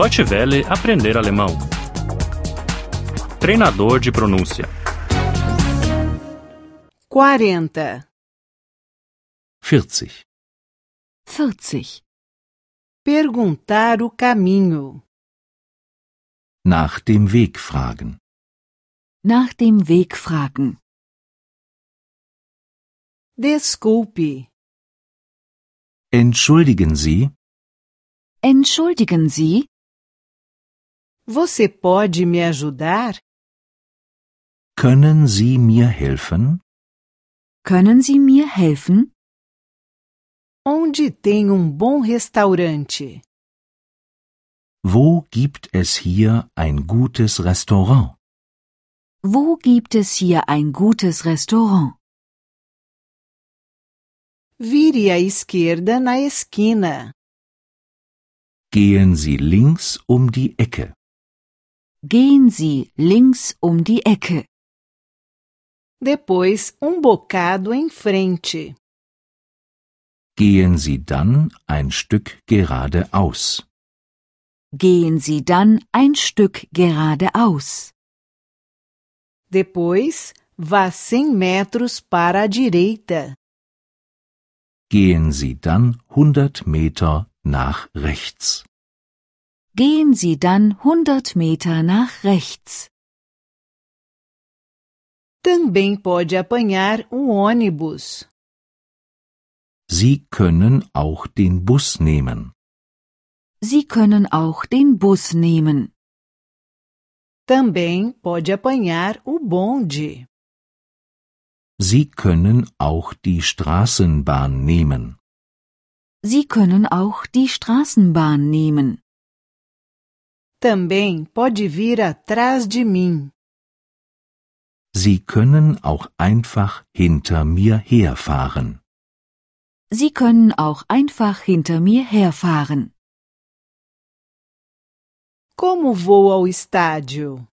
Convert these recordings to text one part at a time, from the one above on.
Deutsche Welle aprender alemão. Treinador de pronúncia. 40. 40. 40. Perguntar o caminho. Nach dem Weg fragen. Nach dem Weg fragen. Desculpe. Entschuldigen Sie, Entschuldigen Sie, Você pode me ajudar? können Sie mir helfen? können Sie mir helfen? Onde tem um bom restaurante? Wo gibt es hier ein gutes Restaurant? Wo gibt es hier ein gutes Restaurant? Vire à esquerda na esquina. Gehen Sie links um die Ecke. Gehen Sie links um die Ecke, Depois, um bocado em frente. Gehen Sie dann ein Stück geradeaus. gehen Sie dann ein Stück geradeaus, Depois, vá 100 metros para a direita. Gehen Sie dann 100 Meter nach rechts. gehen Sie dann 100 Meter nach rechts. Também pode apanhar um ônibus. Sie können auch den Bus nehmen. Sie können auch den Bus nehmen, Também pode apanhar o bonde. Sie können auch die Straßenbahn nehmen. Sie können auch die Straßenbahn nehmen, Também pode vir atrás de mim. Sie können auch einfach hinter mir herfahren. Sie können auch einfach hinter mir herfahren. Como vou ao estádio?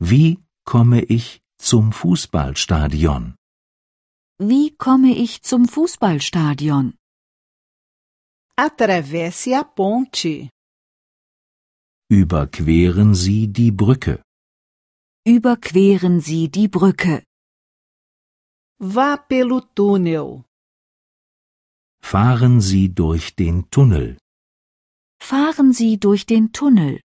Wie komme ich zum Fußballstadion? Wie komme ich zum Fußballstadion? Atravesse a ponte. Überqueren Sie die Brücke. Überqueren Sie die Brücke, Vá pelo túnel. Fahren Sie durch den Tunnel. fahren Sie durch den Tunnel,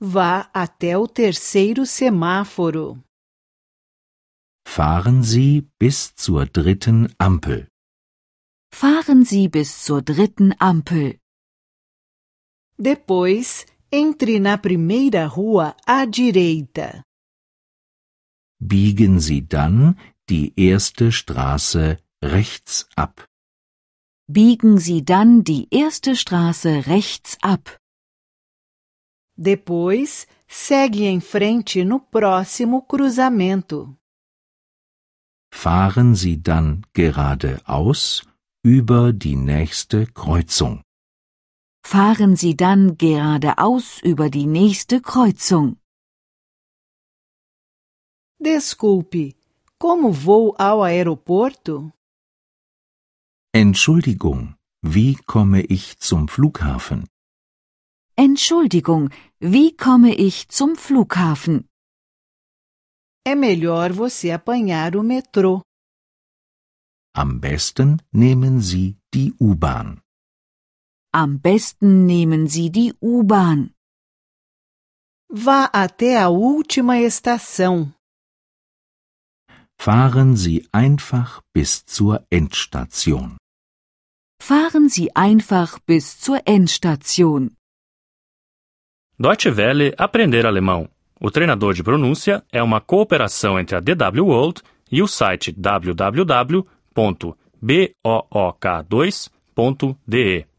Vá até o terceiro semáforo. Fahren Sie bis zur dritten Ampel. fahren Sie bis zur dritten Ampel, Depois, entre na primeira rua à direita. Biegen Sie dann die erste Straße rechts ab. biegen Sie dann die erste Straße rechts ab, Depois, segue em frente no próximo cruzamento. Fahren Sie dann geradeaus über die nächste Kreuzung. fahren Sie dann geradeaus über die nächste Kreuzung. Desculpe, como vou ao aeroporto? Entschuldigung, wie komme ich zum Flughafen? Entschuldigung, wie komme ich zum Flughafen? É melhor você apanhar o metrô. Am besten nehmen Sie die U-Bahn. Am besten nehmen Sie die U-Bahn, Vá até a última estação. Fahren Sie einfach bis zur Endstation. fahren Sie einfach bis zur Endstation. Deutsche Welle aprender alemão. O treinador de pronúncia é uma cooperação entre a DW World e o site www.book2.de.